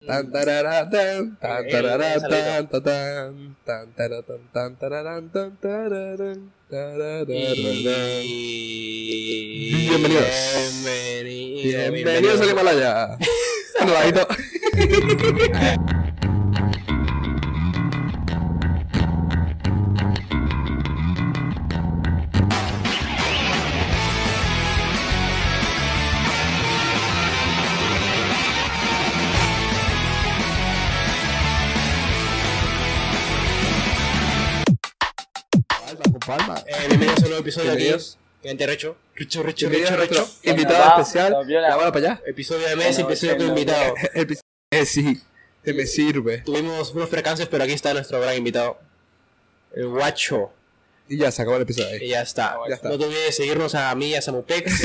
tan tararán, tan tararán, tan tararán, tan tararán, tan tararán, tan tararán, tararán. Y... Bienvenidos. Bienvenidos. Bienvenidos al Himalaya. Saludadito. Eh, bienvenidos a un nuevo episodio de Bienvenidos. Gente Recho. Recho, Recho, Bienvenidos a Recho, nuestro Recho. invitado Viola, especial. viola. La bola para allá. Episodio de mes, Bueno, episodio con bueno, invitado. El- Eh, sí, que me sirve. Tuvimos unos percances, pero aquí está nuestro gran invitado. El guacho. Y ya se acabó el episodio ahí. Y ya está. Ya está. No te olvides de seguirnos a mí, a Samupex.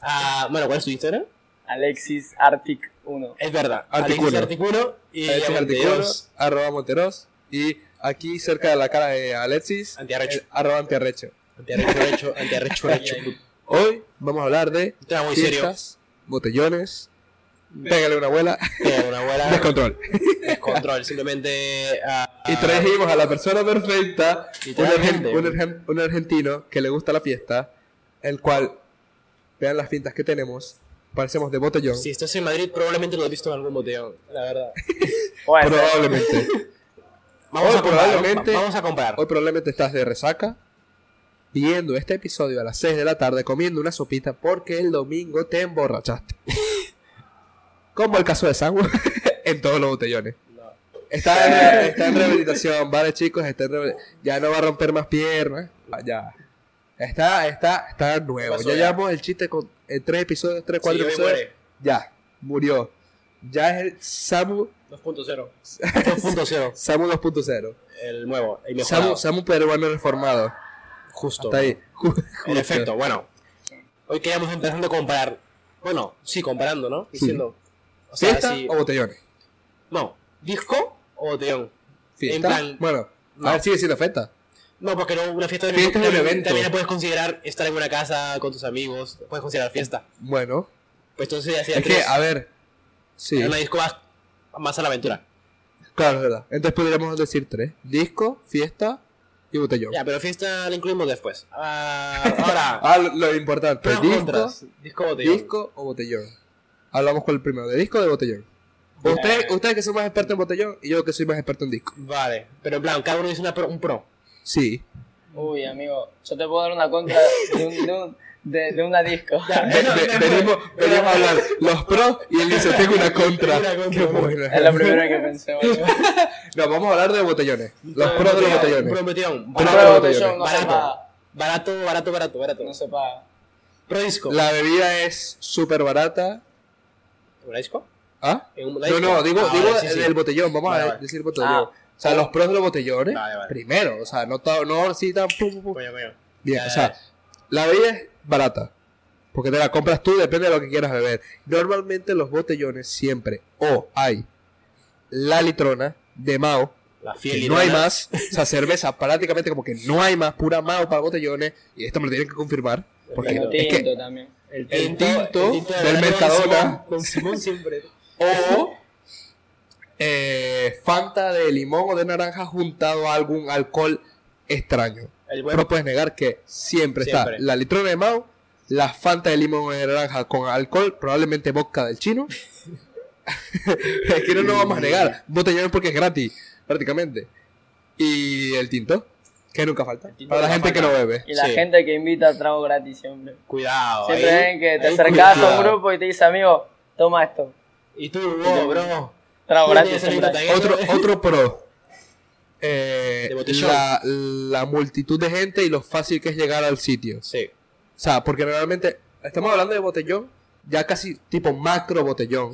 a, bueno, ¿cuál es tu Instagram? Alexis Arctic 1. Es verdad. Articuno. Alexis Articuno y Alexis Anticuno, Monteros. arroba Monteros. Y aquí cerca de la cara de Alexis, Antiarrecho. eh, arroba Antiarrecho. Antiarrecho, recho, antiarrecho, recho. Hoy vamos a hablar de Un tema muy serio. fiestas, botellones, pégale una abuela, Eh, Una buena descontrol. descontrol. Simplemente. ah, Y trajimos a la persona perfecta, un, Literalmente. argen- un argen- un argentino que le gusta la fiesta, el cual, vean las pintas que tenemos, parecemos de botellón, Si estás en Madrid, probablemente lo has visto en algún botellón, la verdad. probablemente. Vamos, Hoy a comparar, probablemente- va- vamos a comparar. Hoy probablemente estás de resaca, viendo este episodio a las 6 de la tarde, comiendo una sopita porque el domingo te emborrachaste. Como el caso de Sango en todos los botellones. Está en, está en rehabilitación, vale chicos, está en rehabil- ya no va a romper más piernas. Ya. Está, está, está nuevo. Pasó Ya ya. llevamos el chiste con en tres episodios, tres, cuatro hoy episodios. muere. Ya, murió. Ya es el Samu, 2.0. 2.0. Samu 2.0. El nuevo, el Samu, mejorado. Samu peruano reformado. Justo. Está ahí. En efecto, bueno. Hoy queríamos empezando a comparar. Bueno, sí, comparando, ¿no? Diciendo. O sea, ¿Fiesta si- o botellones? No, disco o botellón. ¿Fiesta? plan- bueno, no. a ver, sigue siendo fiesta. No, porque no, una fiesta de Fiesta es un también- evento. También la puedes considerar estar en una casa con tus amigos. Puedes considerar fiesta. Bueno, Pues entonces ya sería es que, tres. a ver, sí, En una disco vas más a la aventura. claro, es verdad. Entonces podríamos decir tres: disco, fiesta y botellón. Ya, pero fiesta la incluimos después. Ah, ahora, Ah, lo, lo importante: pros disco, contras. Disco botellón. disco o botellón. Hablamos con el primero: de disco o de botellón. Ustedes, ustedes que son más expertos en botellón y yo que soy más experto en disco. Vale, pero en plan, cada uno dice una pro- un pro. Sí. Uy, amigo, yo te puedo dar una contra de, un- de un- de- de una disco. Ve- ve- venimos, venimos a hablar los pros y él dice: Tengo una contra. Tengo una contra. Qué bueno. Es lo primero que pensé, boludo. No, vamos a hablar de botellones. Los pros de los Pro botellones. botellón. Pro Barato, de Pero los botellón no botellones. se Barato. paga. barato, barato, barato, barato. No se paga. Pro disco. La bebida es súper barata. ¿Una disco? ¿Ah? ¿En una No, no, digo, Ah, digo vale, sí, sí. del botellón, vamos Vale, a vale. decir botellón. Ah. O sea, los pros de los botellones, Vale, vale. primero, o sea, no, ta- no sí, tan pum, pum, pum. Coño, coño. Bien, Ya, o ya, sea, ya. la bebida es barata, porque te la compras tú, depende de lo que quieras beber. Normalmente los botellones siempre, o hay la litrona de Mao, La que fiel no hay litrona. más, o sea, cerveza prácticamente como que no hay más, pura Mao para botellones, y esto me lo tienen que confirmar, porque Vino es que tinto también. El el tinto, tinto el tinto de del verano de Mercadona. Simón, Con Simón siempre. O eh, Fanta de limón o de naranja juntado a algún alcohol extraño. El No buen puedes negar que siempre, Siempre. está la litrona de Mao, la Fanta de limón o de naranja con alcohol, probablemente vodka del chino. es que no nos vamos a negar. Botellón porque es gratis, prácticamente. Y el tinto, que nunca falta. tinto Para la nunca gente que no falta. bebe. Y la Sí. gente que invita trago gratis siempre. Cuidado. Siempre ahí- ven que te ahí acercás a cuidado. un grupo y te dice, amigo, toma esto. Y tú, bro, bro. Trago Tú gratis tienes el siempre. Instagram. Otro, otro pro. Eh, De botellón. la, la multitud de gente y lo fácil que es llegar al sitio. Sí. O sea, porque realmente estamos hablando de botellón, ya casi tipo macro botellón.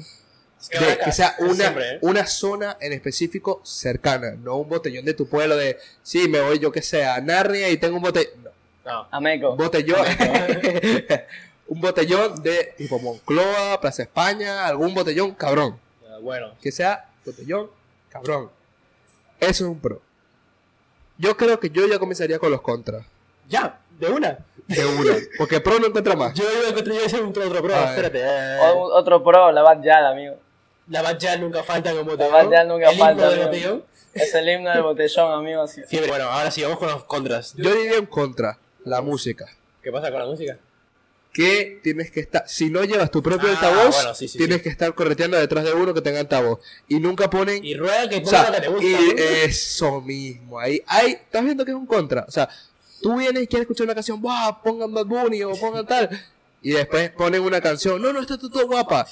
de que sea una, Siempre, ¿eh? una zona en específico cercana, no un botellón de tu pueblo de, sí, me voy yo que sea a Narnia y tengo un botellón. No. Ameco. botellón. un botellón de tipo Moncloa, Plaza España, algún botellón cabrón. Ah, Bueno. Que sea botellón cabrón. Eso es un pro. Yo creo que yo ya comenzaría con los contras. Ya, de una. De una. Porque pro no encuentra más. Yo iba a encontrar yo iba a hacer un otro, bro. A ver. Espérate. eh. O- Otro pro, la Bad Yal, amigo. La bachada nunca falta como te La bachada nunca el himno falta, del amigo. botellón. Es el himno del botellón, amigos. Siempre. Bueno, ahora sí, vamos con los contras. Yo diría en contra, la música. ¿Qué pasa con la música? que tienes que estar, si no llevas tu propio Ah, altavoz, bueno, sí, sí, tienes sí. que estar correteando detrás de uno que tenga altavoz. Y nunca ponen... Y rueda que o ponga sea, lo que te gusta. y eh, ¿no? eso mismo. Ahí, ahí, estás viendo que es un contra. O sea, tú vienes y quieres escuchar una canción, ¡buah! Pongan Bad Bunny o pongan tal. Y después ponen una canción, no, no, está todo guapa.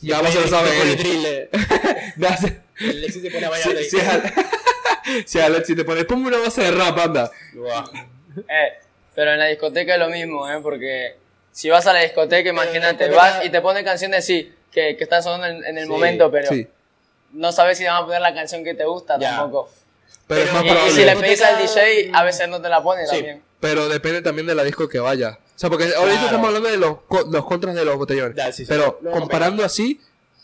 Ya vos se lo Te pone sabes. eh. thriller. El Lexi se pone a bailar de- Si a Alexi te pones, ponme una base de rap, anda. Buah. Eh, pero en la discoteca es lo mismo, ¿eh? Porque si vas a la discoteca, imagínate, discoteca- vas y te ponen canciones, sí, que, que están sonando en, en el Sí, momento, pero Sí, no sabes si te van a poner la canción que te gusta Ya. tampoco. pero es Pero- más Y, y si probable. le pedís al DJ, a veces no te la pone Sí. también. Pero depende también de la disco que vaya. O sea, porque ahorita Claro. estamos hablando de los, co- los contras de los botellones. Ya, sí, sí. Pero No, comparando así,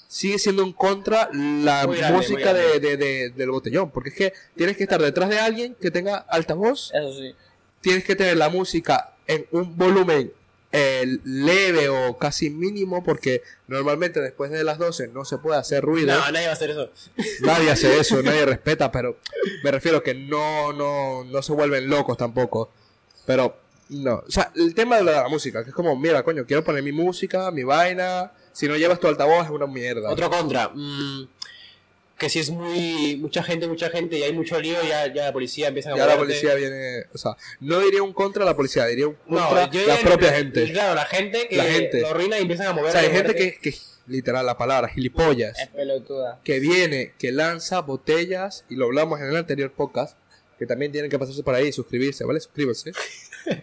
sigue siendo un contra la Muy grande, música muy de, grande. de- de- del botellón. Porque es que tienes que estar detrás de alguien que tenga altavoz. Eso sí. Tienes que tener la música en un volumen eh, leve o casi mínimo. Porque normalmente después de las 12 no se puede hacer ruido. No, nadie va a hacer eso. Nadie hace eso, nadie respeta, pero me refiero que no, no, no se vuelven locos tampoco. Pero, no. O sea, el tema de la, la música, que es como, mira, coño, quiero poner mi música, mi vaina. Si no llevas tu altavoz es una mierda. Otro contra. mm, que si es muy mucha gente, mucha gente y hay mucho lío, ya, ya la policía empieza a Ya la abordarte. policía viene. O sea, no diría un contra la policía, diría un No, eh. contra yo- la propia gente. Claro, la gente que La gente. lo arruina y empiezan a O mover. sea, hay gente que, que, literal, la palabra, gilipollas. Es pelotuda. que viene, que lanza botellas, y lo hablamos en el anterior podcast, que también tienen que pasarse por ahí y suscribirse, ¿vale? Suscríbanse. Por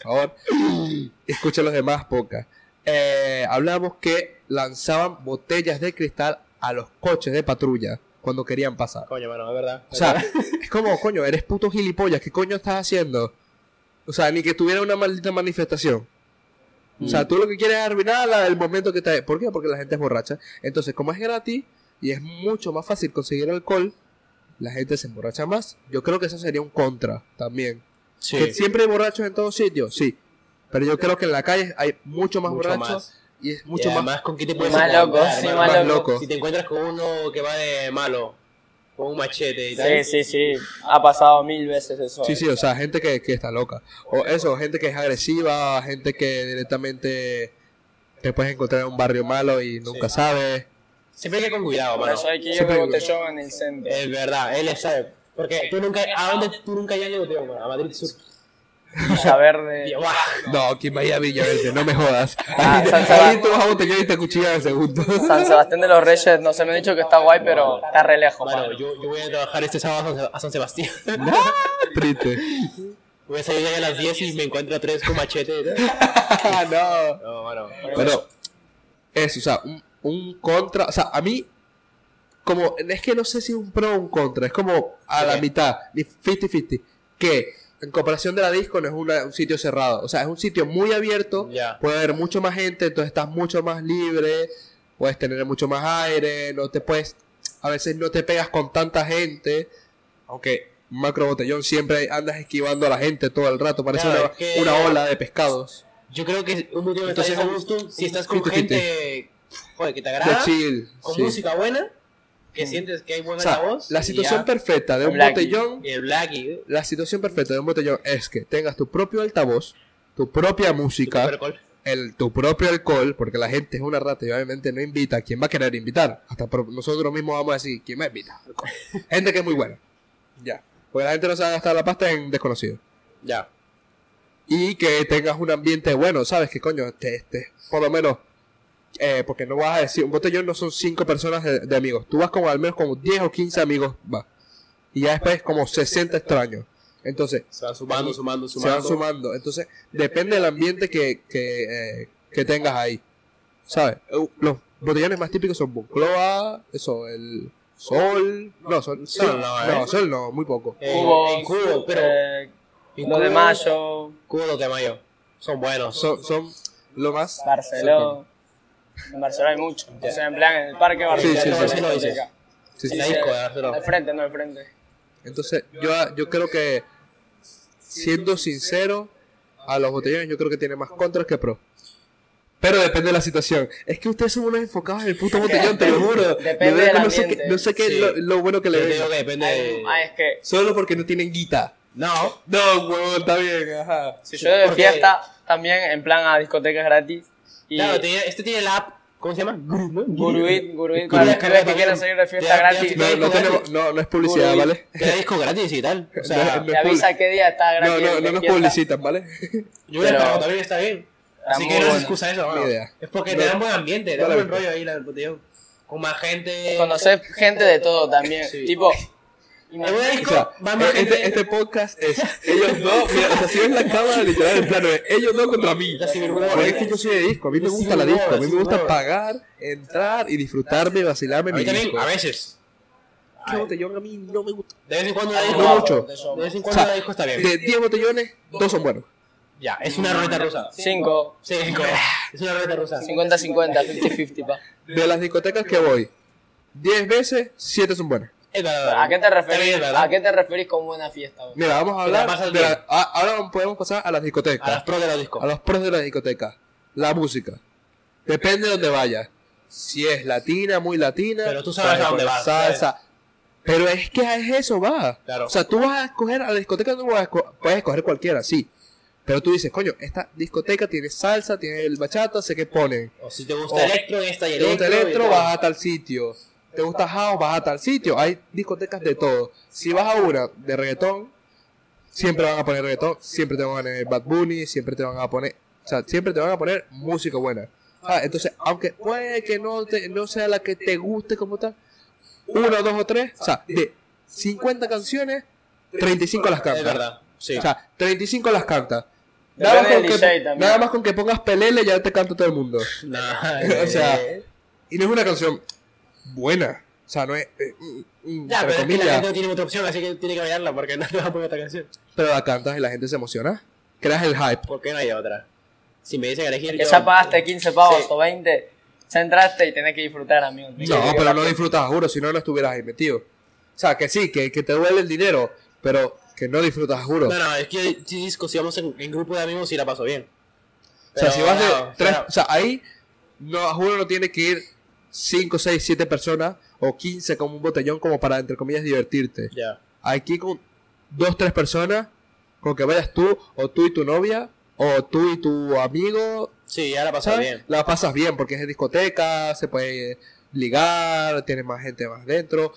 favor. Escuchen los demás podcasts. Eh, hablamos que lanzaban botellas de cristal a los coches de patrulla cuando querían pasar. Coño, mano, es verdad. O sea, es como, coño, eres puto gilipollas, ¿qué coño estás haciendo? O sea, ni que tuviera una maldita manifestación. O Mm. sea, tú lo que quieres es arruinar la- el momento que te... ¿Por qué? Porque la gente es borracha. Entonces, como es gratis y es mucho más fácil conseguir alcohol, la gente se emborracha más. Yo creo que eso sería un contra también. sí. Que siempre hay borrachos en todos sitios, sí. Pero yo creo que en la calle hay mucho más Mucho borrachos más. y es Mucho mucho más. más... con quién te puedes Más encontrar, loco, sí, hermano? más más loco. loco. Si te encuentras con uno que va de malo, con un machete y Sí, tal. sí, sí. Ha pasado mil veces eso. Sí, eh. sí, o sea, gente que, que está loca. O eso, gente que es agresiva, gente que directamente te puedes encontrar en un barrio malo y nunca sabes. Siempre hay que ir con cuidado, Por mano. eso hay que ir Siempre de digo. botellón en el centro. Es verdad, él sabe. Porque tú nunca, ¿a dónde tú nunca ya llego, tío? mano? A Madrid Sur. Y saber de... Tío, ¡buah! No, aquí en Miami ya vete, no me jodas. Ah, ahí, San ahí Sebastián. tú vas a botellar y te cuchillan en segundos. San Sebastián de los Reyes, no se me ha dicho que está guay, pero está re lejos. Mano, mano. yo, yo voy a trabajar este sábado a San- a San Sebastián. Triste. Voy a salir de ahí a las 10 y me encuentro a tres con machete. no. No, mano. Pero, eso, o sea, un, un contra. O sea, a mí, como, es que no sé si un pro o un contra, es como a la Ok. mitad, ni 50-50. Que en comparación de la disco no es una- un sitio cerrado, o sea, es un sitio muy abierto, Ya. puede haber mucho más gente, entonces estás mucho más libre, puedes tener mucho más aire, no te puedes, a veces no te pegas con tanta gente, aunque. un Macro botellón, siempre andas esquivando a la gente todo el rato, parece Claro, una- es que- una ola de pescados. Yo creo que un motivo de Entonces, estar a gusto, si estás con fifty-fifty. gente joder, que te De agrada, chill. con sí. música buena, que Mm. sientes que hay O buena sea, voz. la situación perfecta de un Blacky. botellón, Y el ¿eh? Blacky, la situación perfecta de un botellón es que tengas tu propio altavoz, tu propia música, Supercol. el, tu propio alcohol, porque la gente es una rata y obviamente no invita. ¿Quién va a querer invitar? Hasta pro- nosotros mismos vamos a decir, ¿quién me invita? Alcohol. gente que es muy buena. Ya. Porque la gente no sabe gastar la pasta en desconocido. Ya. Y que tengas un ambiente bueno, ¿sabes? Que coño, este, este, por lo menos, eh, porque no vas a decir, un botellón no son cinco personas de, de amigos. Tú vas como al menos como 10 o 15 amigos, va. Y ya después como 60 extraños. Entonces, Se van sumando, sumando, se van sumando. Entonces, depende del ambiente que, que, eh, que tengas ahí. ¿Sabes? Uh. Eh, Los botellones más típicos son Buncloa, eso, el Sol. No, Sol, Sol no, no, ¿eh? no, Sol no, muy poco. Eh, Cubos, en Cubo, pero. eh, en lo de Cubo- Mayo, Cubo los de mayo. Son buenos. Son, son lo más. Barcelona. En Barcelona hay mucho. O sea, en plan, en el parque Barcelona. sí, sí. Barcelona dices. discoteca. Sí, sí, La sí. disco de Barcelona. Al frente, no al frente. Entonces, yo, yo creo que, siendo sincero, a los botellones yo creo que tiene más contras que pros. Pero depende de la situación. Es que ustedes son unos enfocados en el puto botellón, te lo juro. Depende De verdad del que no sé ambiente. qué, no sé qué es Sí. lo, lo bueno que le Yo te digo ven. que depende de... Ah, es que Solo porque no tienen guita. No. No, huevón, está bien, ajá. si yo de Porque- fiesta también, en plan a discotecas gratis. Y Claro, tiene- este tiene la app... ¿Cómo se llama? Guru, ¿no? Guruit, Guruit, Guruit. para las que quieran salir de Ya, fiesta ya, gratis. No, no, tenemos, no, no es publicidad, Uy. ¿vale? Que era disco gratis y tal. O sea, No, no. Te avisa qué día No, está gratis. no, el no de nos fiesta. publicitan, ¿vale? Yo hubiera Pero- esperado, también está bien. Está Así muy que no es bueno. excusa eso, Ni ¿no? idea. Es porque No. te dan buen ambiente, te No dan la buen vi. rollo ahí en el botellón. Con más gente. Conocer gente de todo también. Sí. Tipo, En una O disco sea, va más eh, gente. este, este podcast es ellos dos, mira, o sea, si ves la cámara literal en plano, es ellos dos contra mí. La ciberbola. Porque es que yo soy de este disco, a mí me La gusta la ciberbola, disco, a mí me gusta ciberbola. pagar, entrar y disfrutarme, vacilarme a mi mí también, disco. a veces. Qué botellón a mí no me gusta. De vez en cuando la No disco. Ah, mucho. De vez en O cuando sea, la disco está bien. de 10 botellones, dos son buenos. Ya, es una ruleta rusa. 5, Cinco. Es una ruleta rusa. 50-50, 50-50, pa. De las discotecas que voy, 10 veces, 7 son buenas. Es verdad. ¿A qué te Está referís? bien, ¿verdad? ¿A qué te referís con buena fiesta? bro? Mira, vamos a Te la hablar. pasas de la- bien. a- ahora podemos pasar a las discotecas. A las pros de los discos. a los pros de la discoteca. La música. Depende de donde vayas. Si es latina, muy latina. Pero tú sabes sale a con dónde vas, Salsa. Pero es que es eso, va. Claro. O sea, tú vas a escoger a la discoteca, tú vas a esco- puedes escoger cualquiera, sí. Pero tú dices, coño, esta discoteca tiene salsa, tiene el bachata, sé qué ponen. O si te gusta O- electro, en esta y Te gusta y electro, todo. vas a tal sitio. Te gusta house, vas a tal sitio. Hay discotecas de todo. Si vas a una de reggaetón, siempre van a poner reggaetón, siempre te van a poner Bad Bunny, siempre te van a poner, o sea, siempre te van a poner música buena. Ah, entonces, aunque puede que no te- no sea la que te guste como tal, una, dos o tres, o sea, de 50 canciones, 35 las Es canta. verdad. Sí. O sea, 35 las canta. Nada más, Depende con del DJ que, también. nada más con que pongas pelele ya te canta todo el mundo. No, eh, O sea, y no es una canción buena. O sea, no es. eh, mm, mm, entre Ya, pero es que la comillas, gente no tiene otra opción, así que tiene que bailarla porque no te vas a poner otra canción. pero la cantas y la gente se emociona. Creas el hype. ¿Por qué no hay otra? Si me dicen elegir. Esa pagaste 15 pavos Sí. o 20, ya entraste y tenés que disfrutar, amigo. Tenés No, que- pero no disfrutas, juro, si no, no estuvieras ahí metido. O sea, que sí, que, que te duele el dinero, pero que no disfrutas, juro. No, no, es que si disco, si vamos en, en grupo de amigos, sí la paso bien. o sea, Pero, si vas de no, tres. pero- O sea, ahí, no, juro, no tiene que ir 5, 6, 7 personas o 15 como un botellón como para, entre comillas, divertirte. Ya. Aquí con dos, tres personas, con que vayas tú, o tú y tu novia, o tú y tu amigo, Sí, ya la pasas ¿sabes? bien. La pasas bien porque es en discoteca, se puede ligar, tiene más gente más dentro.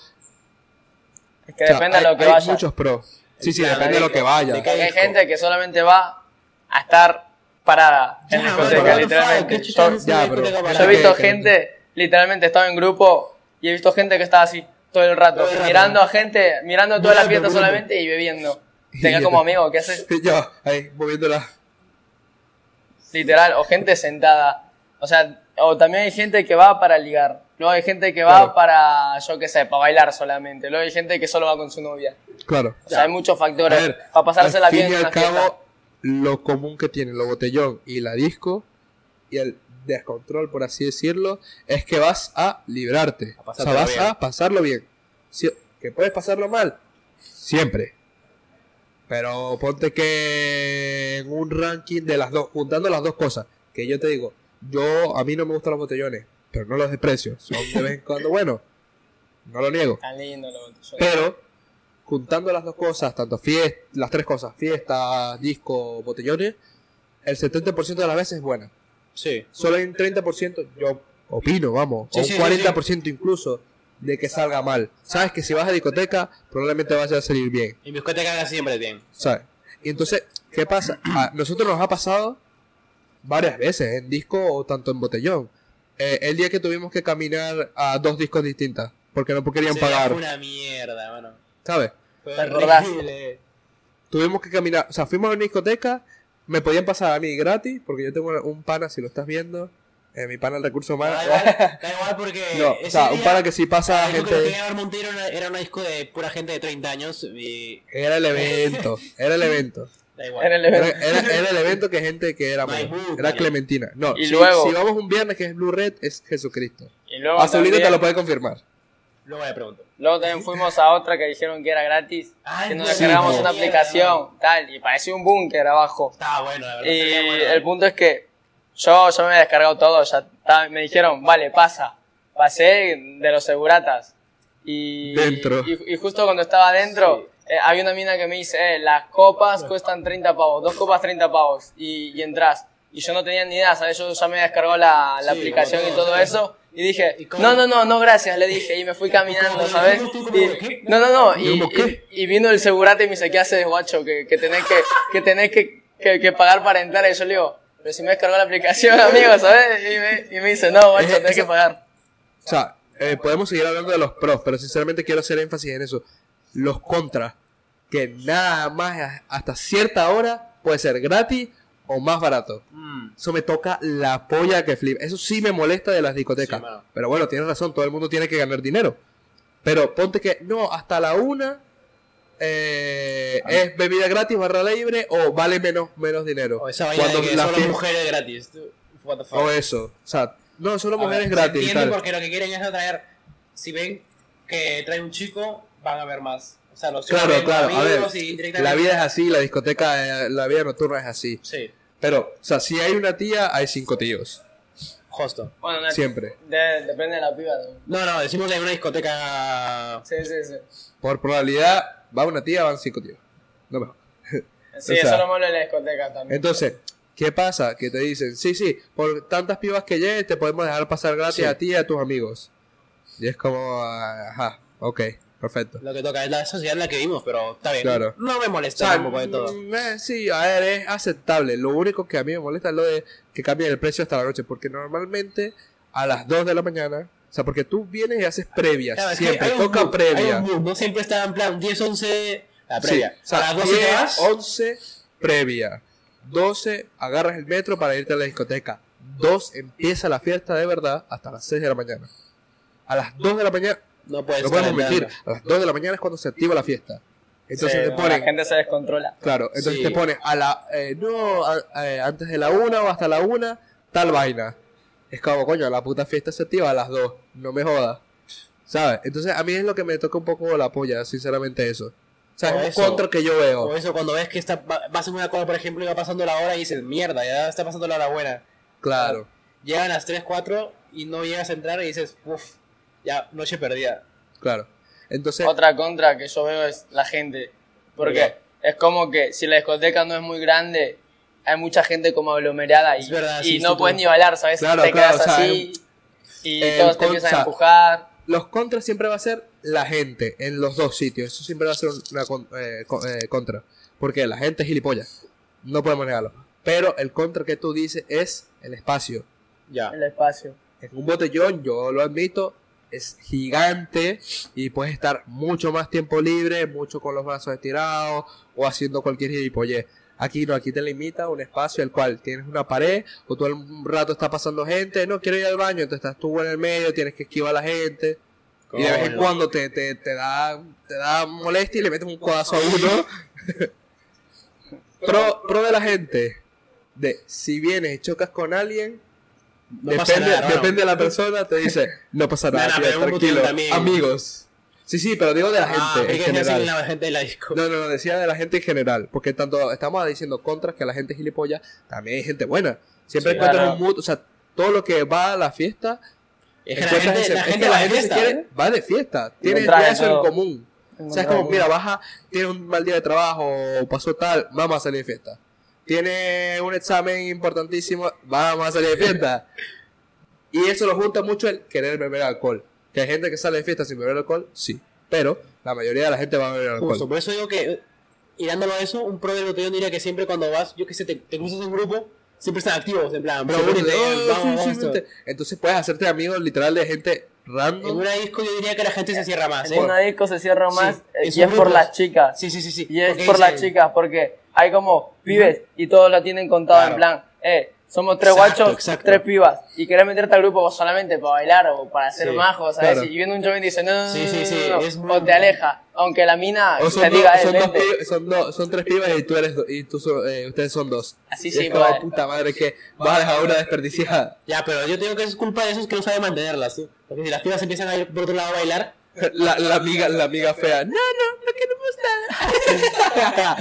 Es que O sea, depende hay, de lo que hay vaya. muchos pros. Sí, sí, Claro, depende de lo que vaya. de que- Porque hay disco. gente que solamente va a estar parada en Ya, la madre, discoteca, pero- literalmente. ¿qué este chucha Yo, haces Ya, en una pero- discoteca yo he ¿qué- parada? visto qué- gente, literalmente estaba en grupo y he visto gente que estaba así todo el rato, Todo el rato. mirando a gente, mirando toda la Mirando, fiesta mirando. solamente y bebiendo. Y Tenga yo como te- amigo, ¿qué haces? Yo, ahí, moviéndola. Literal, o gente sentada. O sea, o también hay gente que va para ligar. Luego hay gente que va Claro. para, yo qué sé, para bailar solamente. Luego hay gente que solo va con su novia. Claro. O sea, hay muchos factores. A ver, para pasársela al fin bien y en al una fiesta. cabo, lo común que tienen lo botellón y la disco y el descontrol, por así decirlo, es que vas a librarte. A o sea, pasártela vas bien. a pasarlo bien. Si- que puedes pasarlo mal, siempre. Pero ponte que en un ranking de las dos, juntando las dos cosas, que yo te digo, yo a mí no me gustan los botellones, pero no los desprecio. Son de vez en cuando buenos. No lo niego. Tan lindo lo que yo- Pero juntando las dos cosas, tanto fiesta, las tres cosas, fiestas, disco, botellones, el 70% de las veces es buena. Sí. Solo hay un 30%, yo opino, vamos, Sí, o un sí, sí, 40% incluso de que salga mal. Sabes que si vas a discoteca, probablemente vaya a salir bien, En mi discoteca gana siempre bien. ¿sabes? Y entonces, ¿qué pasa? A nosotros nos ha pasado varias veces, en disco o tanto en botellón. Eh, el día que tuvimos que caminar a dos discos distintas, porque no querían Sí, pagar, Fue una mierda, mano. ¿sabes? Fue Te acordás. horrible. tuvimos que caminar, o sea, fuimos a una discoteca, me podían pasar a mí gratis, porque yo tengo un pana, si lo estás viendo, eh, mi pana el recurso humano. Da igual, da igual porque. no, o ese sea, un día- pana que si pasa Yo creo que gente... Álvaro Montero era- era una disco de pura gente de 30 años y Era el evento, era el evento. da igual. en el Era, evento. era, era el evento que gente que era mayor, Ay, muy era bien. Clementina. No, Y si, luego- si vamos un viernes que es Blue Red, es Jesucristo. Y luego Azulito también, te lo puede confirmar. Luego le pregunto. luego también fuimos a otra que dijeron que era gratis. Ay, que nos no. descargamos Sí, una no. aplicación, tal. Y parecía un búnker abajo. Estaba bueno, ¿eh? la verdad. Y estaba bueno. el punto es que Yo, yo me había descargado todo, ya estaba- me dijeron, vale, pasa. Pasé de los seguratas. Y, Dentro. y, y justo cuando estaba adentro, eh, había una mina que me dice, eh, las copas cuestan 30 pavos, dos copas 30 pavos, y, y entras. Y yo no tenía ni idea, ¿sabes? Yo ya me había descargado la, la Sí, aplicación como y todo, todo sí. eso. Y dije, ¿Y cómo? no, no, no, no, gracias, le dije. Y me fui caminando, ¿Cómo? ¿sabes? ¿Tú cómo? Y- ¿Qué? no, no, no. Yo Y, como, ¿qué? y- y vino el segurate y me dice, ¿qué haces, guacho? Que, que tenés que, que tenés que, que- que pagar para entrar. Y yo le digo, pero si me descargó la aplicación, amigo, ¿sabes? Y me, y me dice, no, guacho, Eh, tenés eso- que pagar. O sea, eh, podemos seguir hablando de los pros, pero sinceramente quiero hacer énfasis en eso. Los contras, que nada más hasta cierta hora puede ser gratis o más barato. Mm. Eso me toca la polla que flip. Eso sí me molesta de las discotecas. Sí, mano. pero bueno, tienes razón, todo el mundo tiene que ganar dinero. Pero ponte que, no, hasta la una eh, es bebida gratis, barra libre o vale menos, menos dinero. O esa vaina Cuando de que la solo fie- mujeres gratis. tú, What the fuck. O eso. O sea, no, solo A ver, mujeres se gratis. y Entiende tal. porque lo que quieren es atraer. Si ven que trae un chico, van a ver más. O sea, los chicos Claro, ven claro. A ver, amigos y directamente- la vida es así, la discoteca, eh, la vida nocturna es así. Sí, Pero, o sea, si hay una tía, hay cinco tíos. justo. Bueno, no, Siempre. de- depende de la piba. ¿no? No, no, decimos que hay una discoteca. Sí, sí, sí. Por probabilidad, va una tía, van cinco tíos. No mejor. Sí, O sea- eso lo malo de la discoteca también. Entonces, ¿qué pasa? Que te dicen, sí, sí, por tantas pibas que llegues, te podemos dejar pasar gratis Sí. a ti y a tus amigos. Y es como, ah, ajá, ok, perfecto. Lo que toca es la sociedad en la que vivimos, pero está bien. Claro. No me O sea, molesta tampoco de todo. mm, eh, sí, a ver, es aceptable. Lo único que a mí me molesta es lo de que cambien el precio hasta la noche, porque normalmente a las 2 de la mañana, o sea, porque tú vienes y haces previas, Claro, es que siempre hay un toca boom, previa. hay un boom, No siempre está en plan 10, 11. La Sí, previa. o sea, a las 12 te 10, vas. 11 previa, 12 agarras el metro para irte a la discoteca, 2 empieza la fiesta de verdad hasta las 6 de la mañana. A las 2 de la mañana, No puedes no podemos calentarlo. mentir, a las 2 de la mañana es cuando se activa la fiesta. Entonces Sí, te no, ponen La gente se descontrola. Claro, entonces Sí. te pones a la. eh, no, a- eh, antes de la una o hasta la una, tal vaina. Es como, coño, la puta fiesta se activa a las dos. No me jodas. ¿Sabes? Entonces a mí es lo que me toca un poco la polla, sinceramente, eso. O sea, O es eso. un contra que yo veo. O eso, cuando ves que está, va- vas en una cola, por ejemplo, y va pasando la hora y dices, mierda, ya está pasando la hora buena. Claro. Llegan las 3, 4 y no llegas a entrar y dices, uff, ya, noche perdida. Claro. Entonces, Otra contra que yo veo es la gente. Ya. Porque es como que si la discoteca no es muy grande, hay mucha gente como aglomerada y, Es verdad, y sí, no sí, puedes tú- ni bailar, ¿sabes? Claro, te claro, quedas o sea, así y el todos te con- empiezan o sea, a empujar. los contras siempre va a ser la gente en los dos sitios. Eso siempre va a ser una con- eh, co- eh, contra. Porque la gente es gilipollas. No podemos negarlo. Pero el contra que tú dices es el espacio. Ya. El espacio. en un botellón, yo lo admito, es gigante y puedes estar mucho más tiempo libre, mucho con los brazos estirados o haciendo cualquier gilipollez. Aquí no, aquí te limita un espacio el cual tienes una pared o todo el rato está pasando gente, no quiero ir al baño, entonces estás tú en el medio, tienes que esquivar a la gente. Y de vez en Coño. cuando te, te, te da, te da molestia y le metes un codazo a uno. pro, pro de la gente. De si vienes y chocas con alguien, No pasa depende, nada, hermano. depende de la persona, te dice, no pasa nada, Nah, nah, tío, pero un botellón tranquilo, también. amigos. Sí, sí, pero digo de la Ah, gente en porque me hacen general. la gente de la disco. No, no, no, decía de la gente en general, porque tanto estamos diciendo contras que la gente es gilipollas, también hay gente buena. Siempre Sí, encuentras claro. un mood, o sea, todo lo que va a la fiesta, es que la encuentras gente, ese- la es gente que va la de gente se fiesta, quiere- ¿eh? va de fiesta, tiene Encontrar ya eso en todo. común. O sea, es como, mira, baja, tiene un mal día de trabajo, pasó tal, vamos a salir de fiesta. Tiene un examen importantísimo, vamos a salir de fiesta. Y eso lo junta mucho el querer beber alcohol. Que hay gente que sale de fiesta sin beber alcohol, sí. Pero la mayoría de la gente va a beber alcohol. Justo, por eso digo que, eh, y dándolo a eso, un pro del botellón diría que siempre cuando vas, yo que sé, te, te cruzas en grupo, siempre están activos, en plan, bro, Siempre únete, te- "Oh, sí, vamos, sí, vamos, esto". vente". Entonces puedes hacerte amigo literal de gente En random. una disco yo diría que la gente se cierra más, En ¿eh? una disco se cierra Sí, más eh, en y sus es por grupos. las chicas. Sí, sí, sí, sí. Y es Porque por las dicen, chicas, porque hay como pibes y todos lo tienen contado Claro. en plan, eh, somos tres Exacto, guachos, exacto. tres pibas, y querés meterte al grupo solamente para bailar o para hacer Sí, majos, ¿sabes? claro. Y viene un joven y dice, no, no, no, Sí, sí, sí, no, no, es no", muy- o te aleja, aunque la mina O te son, dos, diga, eh, son, dos vente. pibes- son, dos- son tres pibas y tú eres do- y tú so- eh, ustedes son dos. Así Y sí, es como, vale. puta madre que vas a dejar una desperdiciada. Ya, pero yo tengo que es culpa de esos que no saben mantenerlas, ¿sí? Porque si las pibas empiezan a ir por otro lado a bailar, La, la amiga, la amiga fea. No, no, no queremos nada.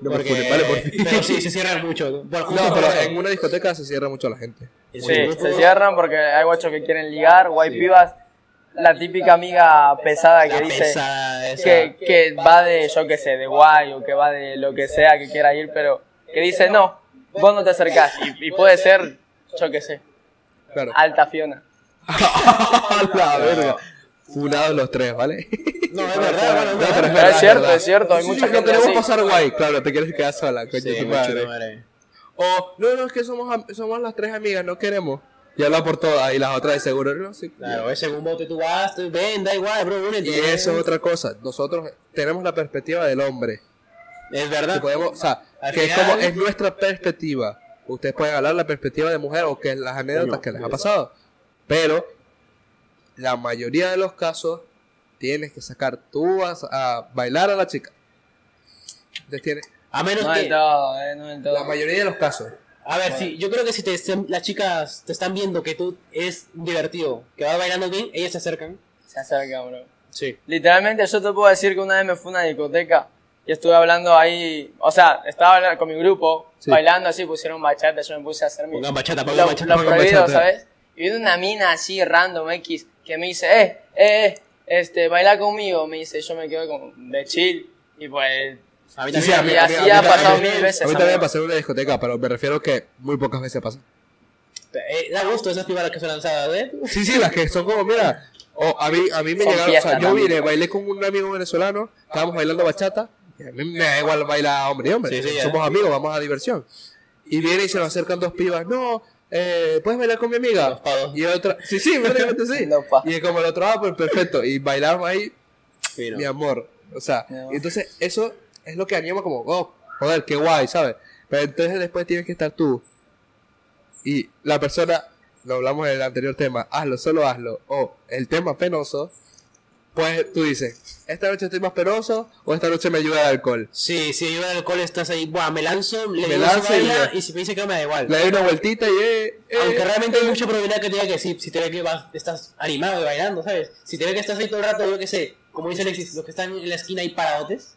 No me porque... funen, vale, por fin. pero sí, se cierran mucho. ¿no? Por- justo No, por pero eso. en una discoteca se cierra mucho la gente. Sí, Sí, se cierran porque hay guachos que quieren ligar, o hay pibas, la típica amiga pesada que La dice pesada esa. que, que va de, yo qué sé, de guay o que va de lo que sea que quiera ir, pero que dice, no, vos no te acercás. Y, y puede ser, yo qué sé, Claro. alta Fiona. ¡A la verga! Funados los tres, ¿vale? No, es verdad, bueno, es No, verdad. pero Pero es cierto, verdad. es cierto, hay Sí, mucha sí, gente No queremos así. pasar guay, claro, te quieres quedar sola, coño, Sí, tu mucho madre. madre. O, no, no, es que somos, am- somos las tres amigas, no queremos. Y habla por todas, y las otras de seguro, no sé. Claro, es según vos te tú vas, tú- ven, da igual, bro, únete. Y eso es otra cosa, nosotros tenemos la perspectiva del hombre. Es Que verdad. podemos, o sea, Ah, Al que es final- como, es nuestra perspectiva. Ustedes pueden hablar la perspectiva de mujer o que las anécdotas que les ha pasado. Pero, la mayoría de los casos, tienes que sacar tú a, a bailar a la chica. Entonces tienes, A menos No que... del todo, eh, no del todo. la mayoría de los casos. A ver, sí, yo creo que si te, estén- las chicas te están viendo que tú es divertido, que vas bailando bien, ellas se acercan. Se acerca, bro. Sí. Literalmente yo te puedo decir que una vez me fui a una discoteca y estuve hablando ahí, o sea, estaba habla- con mi grupo, Sí. bailando así, pusieron bachata, yo me puse a hacer mi... Pongan bachata, pongan lo, bachata, lo pongan prohibido, bachata. ¿sabes? Y viene una mina así, random, X, que me dice, eh, eh, eh, este, baila conmigo, me dice, yo me quedo como de chill, y pues... A mí Sí, sí, también. a mí- y a mí- a mí así ha también- pasado a mí- mil veces, A mí también amigo. ha pasado en una discoteca, pero me refiero que muy pocas veces pasa. Eh, da gusto esas pibas que son lanzadas, ¿eh? Sí, sí, las que son como, mira, o a, mí, a mí me llegaron, Son o sea, fiestas yo también. vine, bailé con un amigo venezolano, estábamos bailando bachata, y a mí me da igual bailar hombre y hombre, Sí, sí, somos amigos, vamos a diversión. Y viene y se nos acercan dos pibas, no, eh, ¿puedes bailar con mi amiga? Los pavos. Y otra, sí, sí, prácticamente sí. Los pavos. Y es como el otro, ah, pues perfecto, y bailamos ahí, Pero- mi amor. O sea, Mi amor. y entonces eso es lo que anima como, oh, joder, qué guay, ¿sabes? Pero entonces después tienes que estar tú y la persona, lo hablamos en el anterior tema, hazlo, solo hazlo, o el tema penoso, pues tú dices, esta noche estoy más penoso o esta noche me ayuda el alcohol. Sí, sí, yo en el alcohol estás ahí, buah, me lanzo, le Me digo lanzo si y baila, ya. y si me dice que no me da igual. Le doy una vueltita y eh, eh, Aunque realmente hay eh. mucha probabilidad que te diga que sí, si te ve que vas, estás animado y bailando, ¿sabes? Si te ve que estás ahí todo el rato, yo qué sé, como dice Alexis, los que están en la esquina ahí paradotes.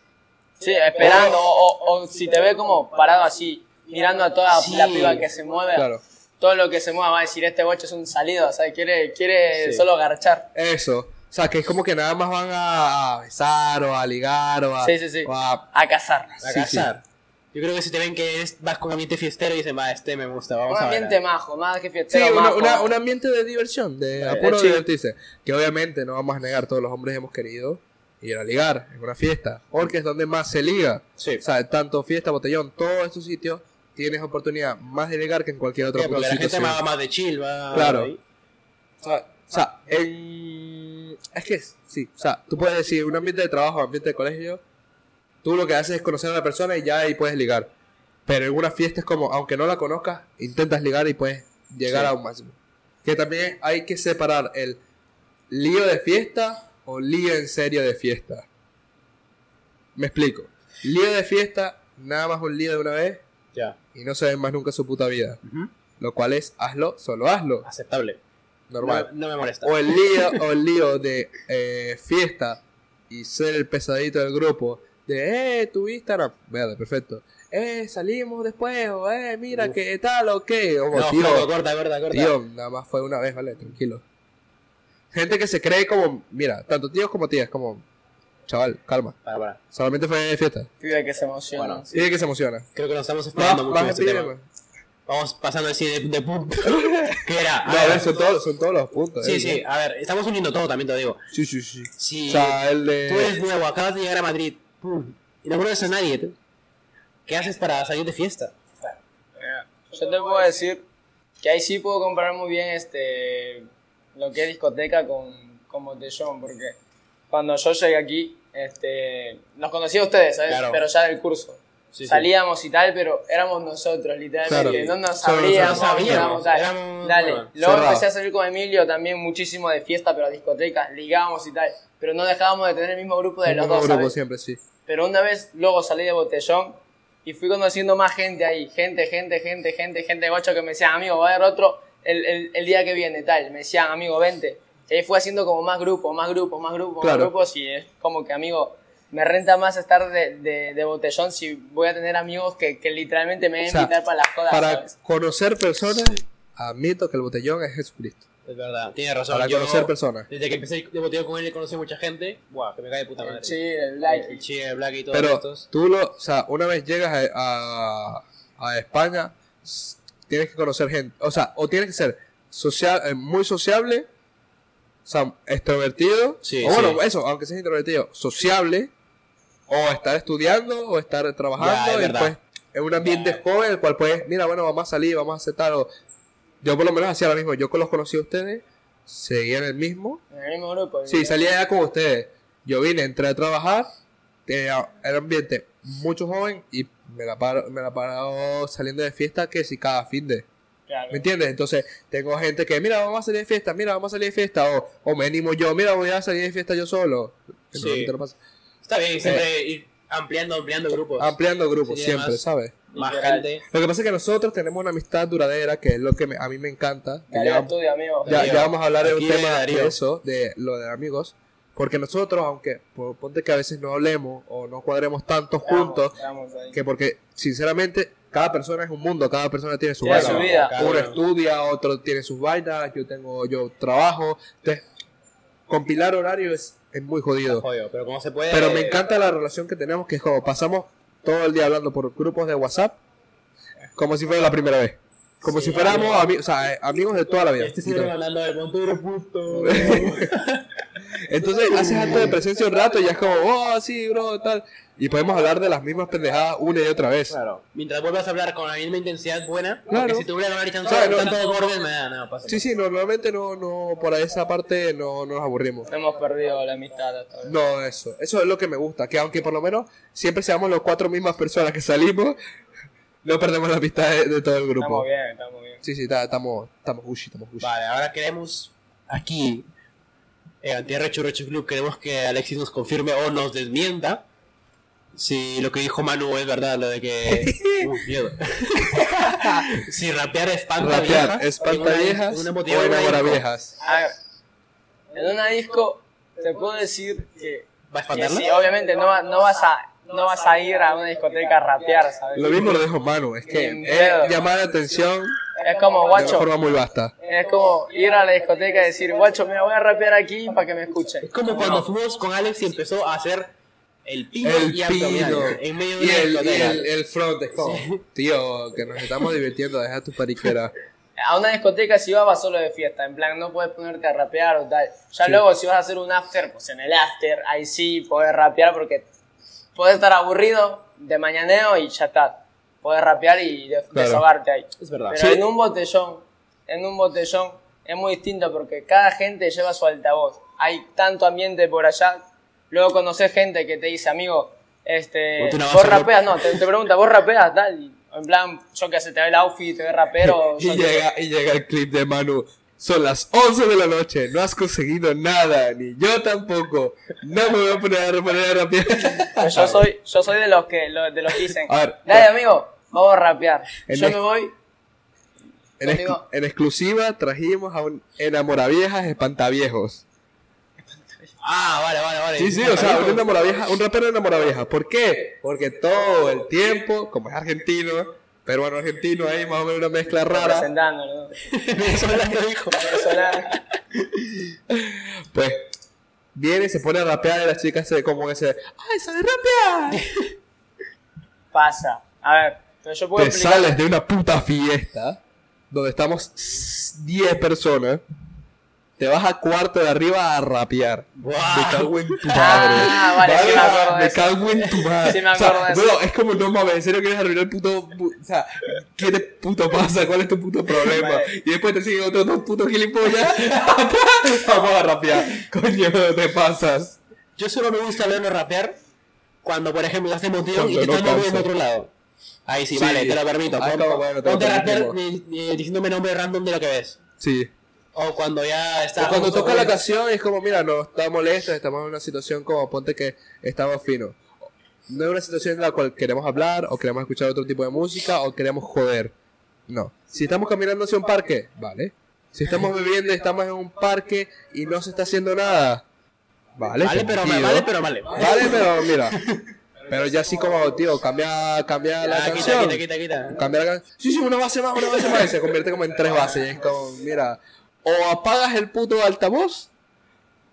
Sí, esperando, o, o- o si te ve como parado así, mirando a toda Sí. la piba que se mueve, Claro. todo lo que se mueva va a decir, este bocho es un salido, o sea, quiere, quiere Sí. solo garchar. Eso. O sea, que es como que nada más van a a besar o a ligar o a... Sí, sí, sí. o a- A cazar. a Sí, cazar. Yo creo que si te ven que eres- vas con ambiente fiestero y dicen, va, este me gusta, vamos Un a ambiente bailar. majo, más que eh. Sí, fiestero, una- majo. una- un ambiente de diversión, de Eh, apuro de de chill. divertirse. Que obviamente no vamos a negar, todos los hombres hemos querido ir a ligar en una fiesta. Porque es donde más se liga. Sí. O sea, tanto fiesta, botellón, todos estos sitios tienes oportunidad más de ligar que en cualquier otro Sí, porque puto la sitio. gente sí. va más de chill, va... Claro. ahí. O sea, o sea, en- es que es- sí, o sea, tú puedes decir un ambiente de trabajo, ambiente de colegio, tú lo que haces es conocer a la persona y ya ahí puedes ligar. Pero en una fiesta es como, aunque no la conozcas, intentas ligar y puedes llegar Sí. a un máximo. Que también hay que separar el lío de fiesta o lío en serio de fiesta. Me explico. Lío de fiesta, nada más un lío de una vez Ya, y no se ve más nunca en su puta vida. Lo cual es, hazlo, solo hazlo. aceptable. Normal. No, no me molesta. O el lío, o el lío de eh, fiesta y ser el pesadito del grupo. De, eh, tu Instagram. Verde, perfecto. Eh, salimos después, o eh, mira Uf. qué tal, o qué. Como, No, tío, Flaco, corta, corta, corta. tío, nada más fue una vez, vale, tranquilo. Gente que se cree como, mira, tanto tíos como tías, como, chaval, calma. Para, para. Solamente fue fiesta. Pibe que se emociona. Bueno, Y de que se emociona. Creo que nos estamos Más, explorando mucho en más este gente tema. viene, pues. Vamos pasando así de, de punto. ¿Qué era? No, a ver, son todos, son todos los puntos. eh. Ah, Sí, sí, a ver, estamos uniendo todo también, te lo digo. Sí, sí, sí. Si O sea, el de... tú eres nuevo, acabas de llegar a Madrid Mm. pum, y no conoces a nadie, ¿tú? ¿qué haces para salir de fiesta? Yo te puedo decir que ahí sí puedo comparar muy bien este lo que es discoteca con, con botellón, porque cuando yo llegué aquí, este, los conocí a ustedes, ¿sabes? Claro. Pero ya del curso. Sí, sí. Salíamos y tal, pero éramos nosotros, literalmente. Claro. No nos Solo nosotros. sabíamos, No sabíamos. éramos tal. Éramos- Dale. bueno, Luego cerrado. empecé a salir con Emilio también muchísimo de fiesta, pero a discotecas, ligábamos y tal. Pero no dejábamos de tener el mismo grupo de el los mismo dos, grupo ¿sabes? siempre, sí. Pero una vez luego salí de botellón y fui conociendo más gente ahí. Gente, gente, gente, gente, gente gocho que me decían, amigo, va a haber otro el, el- el día que viene, tal. Me decían, amigo, vente. Y ahí fue haciendo como más grupos, más grupos, más grupos, Claro. más grupos. Y es como que, amigo, me renta más estar de, de, de botellón si voy a tener amigos que, que literalmente me van O a sea, invitar para las jodas. Para ¿sabes? conocer personas, admito que el botellón es Jesucristo. Es verdad, tiene razón. Para yo- conocer personas. Desde que empecé de boteo con él he conocido mucha gente. Buah, que me cae de puta madre. Sí, el El like. Chi, el Black y todos Pero estos. tú lo, o sea, una vez llegas a, a- a España, s- tienes que conocer gente, o sea, o tienes que ser social, eh, muy sociable, o sea, extrovertido, Sí, o bueno, sí. eso, aunque seas introvertido, sociable, o estar estudiando, o estar Ya, trabajando, es y verdad. pues en un ambiente joven, el cual pues, mira, bueno, vamos a salir, vamos a hacer tal, o yo por lo menos hacía lo mismo, yo que los conocí a ustedes, seguía en el mismo, En el mismo grupo. Sí, salía ya con ustedes. Yo vine, entré a trabajar, tenía el ambiente mucho joven y me la paro, me la paro saliendo de fiesta que si cada fin de. Claro. ¿Me entiendes? Entonces tengo gente que, mira, vamos a salir de fiesta, mira, vamos a salir de fiesta, o, o me animo yo, mira, voy a salir de fiesta yo solo. Que Sí. normalmente no pasa. Está bien, siempre eh, ir ampliando, ampliando grupos. Ampliando grupos Sí, siempre, además- ¿sabes? más Literal. gente. Lo que pasa es que nosotros tenemos una amistad duradera, que es lo que me- a mí me encanta. que Darío ya- estudio, amigo. Ya, Darío. ya vamos a hablar de un Aquí viene tema Darío. de eso, de lo de amigos. Porque nosotros, aunque po- ponte que a veces no hablemos o no cuadremos tanto juntos, Vamos, vamos ahí. que porque sinceramente cada persona es un mundo, cada persona tiene su Tiene vaina. su vida. Uno estudia, otro tiene sus vainas, yo tengo, yo trabajo. Entonces, compilar horario es, es muy jodido. Jodido, pero como se puede. Pero me encanta la relación que tenemos, que es como pasamos todo el día hablando por grupos de WhatsApp, como si fuera la primera vez. Como si fuéramos ami- o sea, eh, amigos de toda la vida. Este siempre hablando de Montero, puto. Entonces haces acto de presencia un rato y ya es como, oh, sí, bro, tal. Y podemos hablar de las mismas pendejadas una y otra vez. claro. Mientras vuelvas a hablar con la misma intensidad buena, Claro. porque si te vuelven a hablar y tan Claro. solo tanto bordes, me da, no, pasa. Sí, sí, normalmente no, no, por esa parte no, no nos aburrimos. Hemos perdido la amistad hasta ahora. No, eso, eso es lo que me gusta, que aunque por lo menos siempre seamos los cuatro mismas personas que salimos, no perdemos la amistad de, de todo el grupo. Estamos bien, estamos bien. Sí, sí, ta- estamos, estamos Gucci, estamos Gucci. Vale, ahora queremos aquí, en Tierra Churrocho Club, queremos que Alexis nos confirme o nos desmienta si lo que dijo Manu es verdad, lo de que. Uy, miedo. si rapear espanta Rapear, viejas, espanta en una- viejas en una o botella de enamora Raico, viejas. A ver, Ah, en una disco te puedo decir que, ¿Va a que espantarla? sí, obviamente no, va- no vas a no vas a ir a una discoteca a rapear, ¿sabes? Lo mismo lo dejo mano, es que Ni es pedo. llamar la atención de Es como, una guacho, forma muy vasta. es como ir a la discoteca y decir, guacho, me voy a rapear aquí para que me escuchen. Es como cuando fuimos con Alex y empezó a hacer el pino el y pino abdominal en medio y de una el, y discoteca. el, el front es como, tío, que nos estamos divirtiendo, deja tu pariquera. A una discoteca si vas vas solo de fiesta, en plan no puedes ponerte a rapear o tal. Ya luego si vas a hacer un after, pues en el after, ahí sí podés rapear porque podés estar aburrido de mañaneo y ya está. Podés rapear y de- desahogarte ahí. Es verdad. Pero Sí. en un botellón, en un botellón es muy distinto porque cada gente lleva su altavoz. Hay tanto ambiente por allá. Luego conoces gente que te dice, amigo, este, Ponte una vos base, ¿no? rapeas, no, te, te pregunta, vos rapeas, tal. Y en plan, yo que sé, te ve el outfit, te ve rapero. y, yo- llega, y llega el clip de Manu. Son las 11 de la noche, no has conseguido nada, ni yo tampoco. No me voy a poner a poner a rapear. Pues yo soy, yo soy de los que lo- de los que dicen, A ver, dale pero- amigo, vamos a rapear. En Yo Mex- me voy, En, exclu- Conmigo. en exclusiva trajimos a un enamoraviejas espantaviejos. Ah, vale, vale, vale. Sí, sí, o sea, un enamoravieja, un rapero enamoraviejas. ¿Por qué? Porque todo el tiempo, como es argentino, peruano argentino, ahí más o menos una mezcla rara. presentándolo. ¿no? Venezolano dijo. Venezolano. Pues viene y se pone a rapear y las chicas se como que se ¡Ay, sabes rapear! Pasa. A ver, pero yo puedo Te explicar. sales de una puta fiesta donde estamos s- 10 personas. Te vas a cuarto de arriba a rapear. Me cago en tu madre. Ah, vale, sí me acuerdo de me eso. cago en tu madre. Sí me O sea, acuerdo de eso. bro, es como no mames, en serio quieres arruinar el puto. pu- o sea, ¿qué te puto pasa? ¿Cuál es tu puto problema? Vale. Y después te siguen otros dos putos gilipollas. Vamos a rapear. Coño, te pasas. Yo solo me gusta verlo rapear cuando, por ejemplo, hace motivo y Cuando te no estás moviendo cansa. en otro lado. Ahí sí, Sí. vale, te lo permito. Ah, Pon- como bueno, te lo Ponte a rapear permitimos. eh, eh, diciéndome nombre random de lo que ves. Sí. O cuando ya está. O cuando justo- toca la canción es como, mira, no está molesto, estamos en una situación como, ponte que estamos finos. No es una situación en la cual queremos hablar, o queremos escuchar otro tipo de música, o queremos joder. No. Si estamos caminando hacia un parque, vale. Si estamos bebiendo y estamos en un parque y no se está haciendo nada, Vale, Vale, pero mal, sentido. vale, pero vale. Vale, pero mira. Pero ya así como, tío, cambia, cambia la Ah, canción. quita, quita, quita, quita. Cambiar la canción. Sí, sí, una base más, una base más. Y se convierte como en tres bases. Y es como, mira, o apagas el puto altavoz,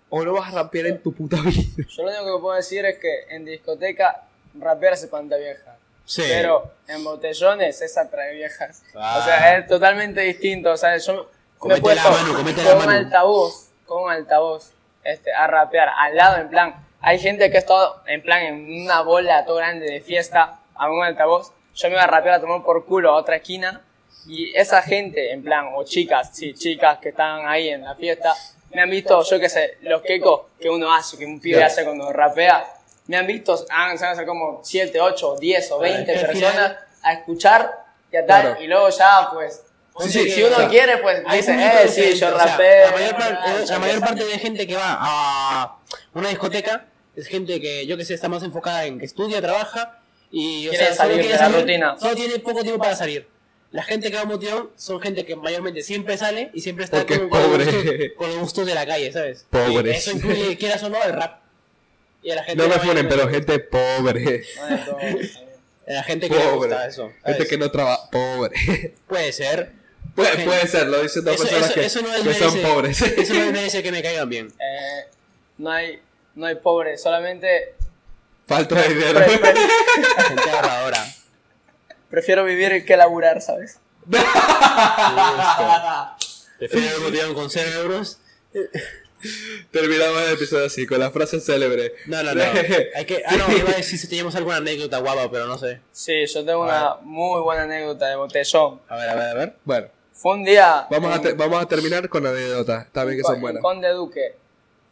o no vas a rapear en tu puta vida. Yo lo único que puedo decir es que en discoteca rapear se panta vieja. Sí. Pero en botellones es atrae viejas. Ah. O sea, es totalmente distinto. O sea, yo Comete he la puesto mano, comete la con mano. altavoz, con altavoz, este, a rapear al lado en plan. Hay gente que ha estado en plan en una bola todo grande de fiesta a un altavoz. Yo me iba a rapear a tomar por culo a otra esquina y esa gente en plan o chicas, sí, chicas que estaban ahí en la fiesta me han visto, yo qué sé, los quecos que uno hace, que un pibe Ya. hace cuando rapea. Me han visto, han, se han acercado como 7, 8, 10 o 20 es que al personas final- a escuchar y a tal, Claro. y luego ya, pues, Sí, si- sí, si uno o sea, quiere, pues Hay dice, público eh, sí, diferente, yo o sea, rapeo. la mayor, par- ah, eh, yo la mayor qué sé. parte de gente que va a una discoteca es gente que, yo que sé, está más enfocada en que estudia, trabaja y o Quiere solo salir quiere de la rutina. Solo tiene poco tiempo para salir. La gente que va a motivón son gente que mayormente siempre sale y siempre está Porque con, es con los Oh, pobre. gustos- con los gustos de la calle, ¿sabes? Pobre. Y eso incluye, quieras o no, el rap. Y a la gente No me que funen, mayormente- pero gente pobre. Bueno, entonces, a la gente que le Pobre. gusta eso. ¿sabes? Gente que no trabaja. Pobre. Puede ser. Puede, puede ser, lo dicen dos Eso, personas eso- que, eso no que es son pobres. Eso no merece que me caigan bien. eh, no hay, no hay pobre, solamente Falta de dinero. pre- pre- Gente ahorradora. prefiero vivir que laburar, ¿sabes? Prefiero que motivan con 0 euros. Terminamos el episodio así con la frase célebre. No, no, no. Hay que, ah, no, iba a decir si teníamos alguna anécdota guapa, pero no sé. Sí, yo tengo una muy buena anécdota de botellón. A ver, a ver, a ver. Eh. Bueno, Fue un día. vamos a, en- te- vamos a terminar con anécdotas. Está bien que en son buenas. Conde Duque.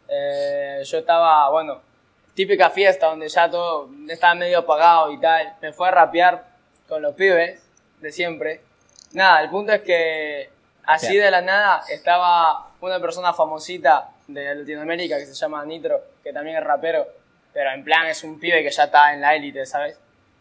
Eh, yo estaba, bueno, típica fiesta donde ya todo estaba medio apagado y tal. Me fue a rapear con los pibes de siempre. Nada, el punto es que así de la nada estaba una persona famosita de Latinoamérica que se llama Nitro, que también es rapero, pero en plan es un pibe que ya está en la élite, ¿sabes?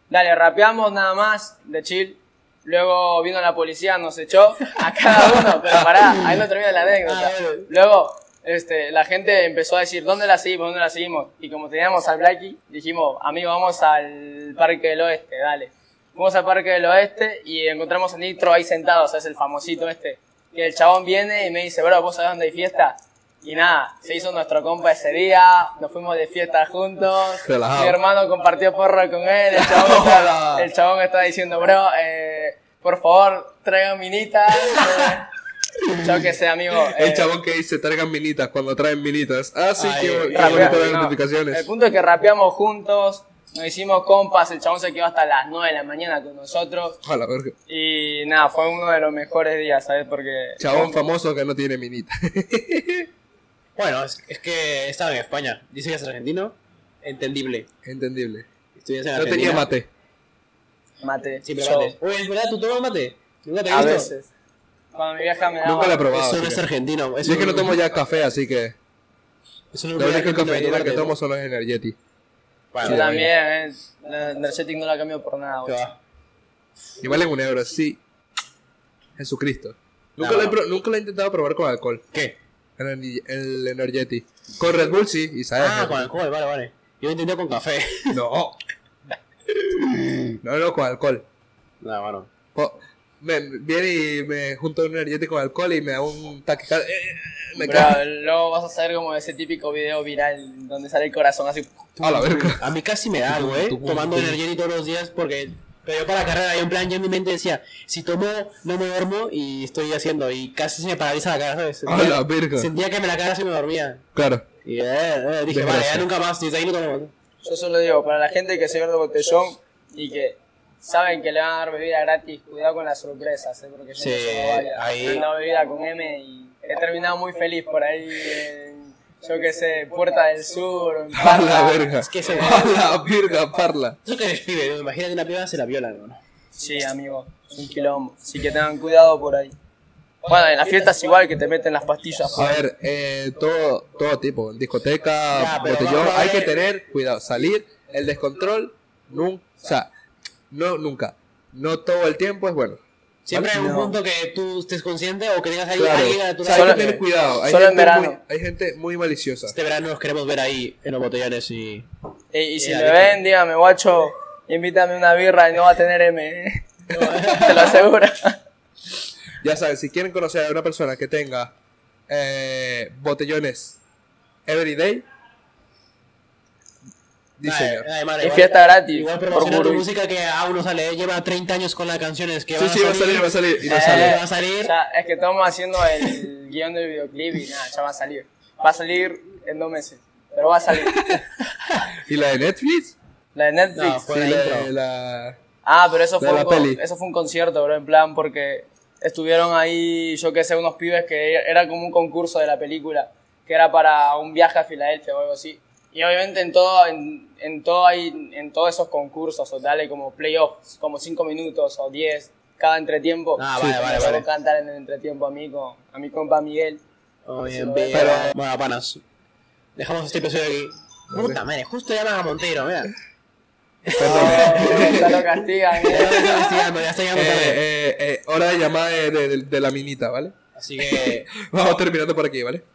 Dale, rapeamos nada más de chill. Luego vino la policía, nos echó a cada uno, pero pará, ahí no termina la anécdota. Ah, bueno. Luego, este, la gente empezó a decir, ¿dónde la seguimos? ¿Dónde la seguimos? Y como teníamos al Blackie, dijimos, amigo, vamos al Parque del Oeste, dale. Fuimos al Parque del Oeste y encontramos a Nitro ahí sentado, o sea, es el famosito este. Y el chabón viene y me dice, bro, ¿vos sabés dónde hay fiesta? Y nada, se hizo nuestro compa ese día, nos fuimos de fiesta juntos, Relajado. mi hermano compartió porro con él, el chabón, está, el chabón está diciendo, bro, eh, por favor, traigan minitas. eh, yo que sé, amigo. El eh, chabón que dice traigan minitas cuando traen minitas. Ah, sí, Ay, qué, bo- qué Rapear, bonito las no. eh, notificaciones. El punto es que rapeamos juntos, nos hicimos compas, el chabón se quedó hasta las 9 de la mañana con nosotros. A la verga. Y nada, fue uno de los mejores días, ¿sabes? Porque. Chabón famoso que no tiene minita. Bueno, es, es que estaba en España. Dice que es argentino. Entendible. Entendible. Estudias en No Argentina. tenía mate. Mate. Siempre yo, mate. Oye, ¿es verdad? ¿Tú tomas mate? Nunca te he A visto. veces. Cuando mi vieja me daba. Nunca la he probado. Eso no así es que- argentino. Eso Yo es que no tomo ya café, así que Eso no la única argentino cafeína que mate. tomo son los Energeti. Bueno, Yo Sí, también, ¿eh? La energetic no la cambió por nada, que güey. va. Y valen un euro, sí. Jesucristo. Nunca, No, lo he no. pro- nunca lo he intentado probar con alcohol. ¿Qué? El, Ener- el Energeti. Con Red Bull sí, y sabes. Ah, con alcohol, vale, vale. Yo entendí con café. No. No, no, con alcohol. No, bueno. Po- me, viene y me junto un energético con alcohol y me da un taquicardia. Eh, eh, me Bro, cae. luego vas a hacer como ese típico video viral donde sale el corazón así. A la verga. A mí casi me da algo, ¿eh? Tomando energético todos los días porque... Pero yo para la carrera, yo en plan, yo en mi mente decía, si tomo, no me duermo y estoy haciendo. Y casi se me paraliza la cara, ¿sabes? A la verga. Sentía que me la cara se me dormía. Claro. Y eh, eh, dije, vale, Desgracia. ya nunca más, desde ahí no tomo. Yo solo digo, para la gente que se pierde botellón y que saben que le van a dar bebida gratis, cuidado con las sorpresas, ¿eh? porque yo Sí, no llevo varias. ahí- He dado bebida con M y he terminado muy feliz por ahí en, yo qué sé, Puerta del Sur, en A la Parla. verga. Ah, Es que se- A la verga, parla. Eso que despide, ¿no? imagínate una piba se la viola, hermano. Sí, amigo, es un quilombo, así que tengan cuidado por ahí. Bueno, en las fiestas igual que te meten las pastillas. A ver, eh, todo, todo tipo. Discoteca, Ya, pero botellón. vamos a Hay que ver. tener cuidado. Salir, el descontrol, nunca. O sea, no, nunca. No todo el tiempo es bueno. Siempre hay un No. punto que tú estés consciente o que tengas ahí Claro, alguien a tu o sea, hay que Solo- lado. tener cuidado. Hay, solo en gente verano. Muy, hay gente muy maliciosa. Este verano nos queremos ver ahí en los botellones y. Y, Eh, y si Ya, me listo. ven, dígame, guacho, invítame una birra y no va a tener M. ¿eh? Te lo aseguro. Ya saben, si quieren conocer a una persona que tenga eh, botellones everyday, Ah, diseño. eh, además, Y fiesta gratis, Igual por promociona tu Gurú. música que aún no sale. Lleva 30 años con las canciones que Sí, sí, va a salir, va a salir. Y no sale. Eh, Va a salir. O sea, es que estamos haciendo el guión del videoclip y nada, ya va a salir. Va a salir en dos meses, pero va a salir. ¿Y la de Netflix? La de Netflix. No, fue- Sí, la la, intro. la- Ah, pero eso De fue, un la con- peli. eso fue un concierto, bro, en plan, porque estuvieron ahí, yo qué sé, unos pibes que era como un concurso de la película, que era para un viaje a Filadelfia o algo así. Y obviamente en todo, en, en todo ahí, en todos esos concursos, o dale como playoffs, como 5 minutos o 10, cada entretiempo. Ah, vale, vale, Me tocó vale. cantar en el entretiempo a mí, con, a mi compa Miguel. Oh, Sí, bien, pero- bien. Bueno, panas. Dejamos este episodio aquí. Puta madre, justo llaman a Monteiro, mira. Oh, ya lo castigan, Ya eh. lo están castigando, ya está Eh, llegando tarde. eh, eh, hora de llamada de, de- de la minita, ¿vale? Así que. Vamos terminando por aquí, ¿vale?